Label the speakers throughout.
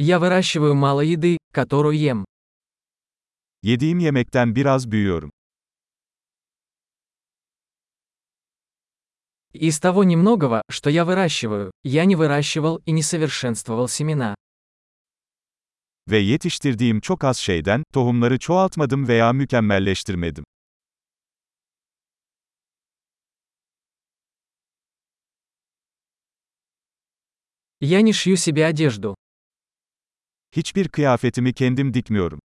Speaker 1: Я выращиваю мало еды, которую ем.
Speaker 2: Yediğim yemekten biraz büyüyorum.
Speaker 1: Из того немногого, что я выращиваю, я не выращивал и не совершенствовал семена.
Speaker 2: Ve yetiştirdiğim çok az şeyden, tohumları çoğaltmadım veya mükemmelleştirmedim.
Speaker 1: Я не шью себе одежду.
Speaker 2: Hiçbir kıyafetimi kendim dikmiyorum.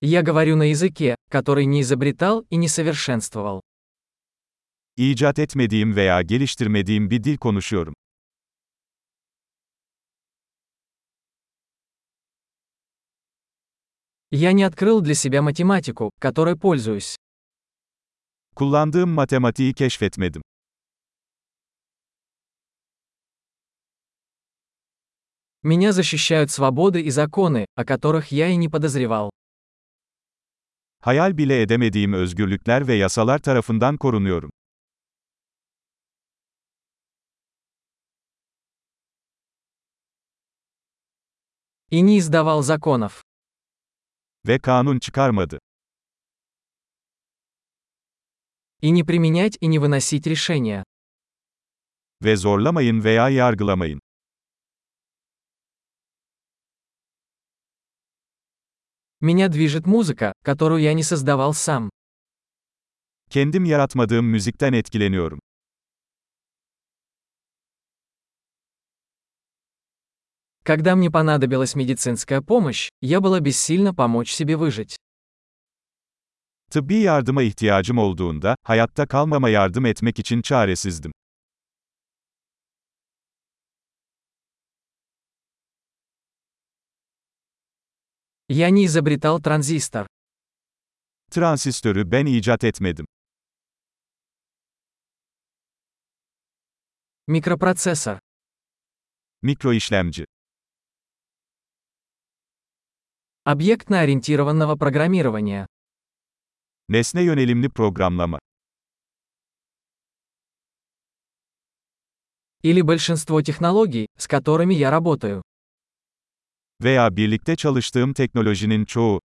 Speaker 1: Я говорю на языке, который не изобретал и не совершенствовал.
Speaker 2: İcat etmediğim veya geliştirmediğim bir dil konuşuyorum.
Speaker 1: Я не открыл для себя математику, которой пользуюсь.
Speaker 2: Kullandığım matematiği keşfetmedim.
Speaker 1: Меня защищают свободы и законы, о которых я и не подозревал.
Speaker 2: Hayal bile edemediğim özgürlükler ve yasalar tarafından korunuyorum.
Speaker 1: И не издавал законов.
Speaker 2: Ve kanun çıkarmadı.
Speaker 1: И не применять и не выносить решения.
Speaker 2: Ve zorlamayın veya yargılamayın.
Speaker 1: Меня движет музыка, которую я не создавал сам.
Speaker 2: Kendim yaratmadığım müzikten etkileniyorum.
Speaker 1: Когда мне понадобилась медицинская помощь, я была бессильна помочь себе выжить.
Speaker 2: Tıbbi yardıma ihtiyacım olduğunda, hayatta kalmama yardım etmek için çaresizdim.
Speaker 1: Я не изобретал транзистор.
Speaker 2: Transistörü ben icat etmedim.
Speaker 1: Микропроцессор.
Speaker 2: Mikroişlemci.
Speaker 1: Объектно-ориентированного программирования.
Speaker 2: Nesne yönelimli programlama.
Speaker 1: Или большинство технологий, с которыми я работаю.
Speaker 2: Veya birlikte çalıştığım teknolojinin çoğu.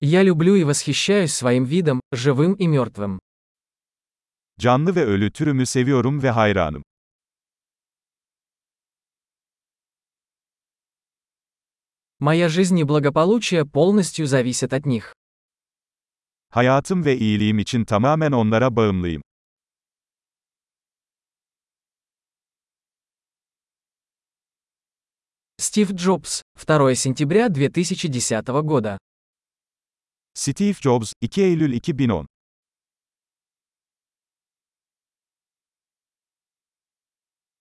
Speaker 1: Я люблю и восхищаюсь своим видом, живым и мертвым.
Speaker 2: Canlı ve ölü türümü seviyorum ve hayranım.
Speaker 1: Моя жизнь и благополучие полностью зависят от них.
Speaker 2: Hayatım ve iyiliğim için tamamen onlara bağımlıyım.
Speaker 1: Стив Джобс, 2 сентября 2010 года.
Speaker 2: Steve Jobs, 2 Eylül 2010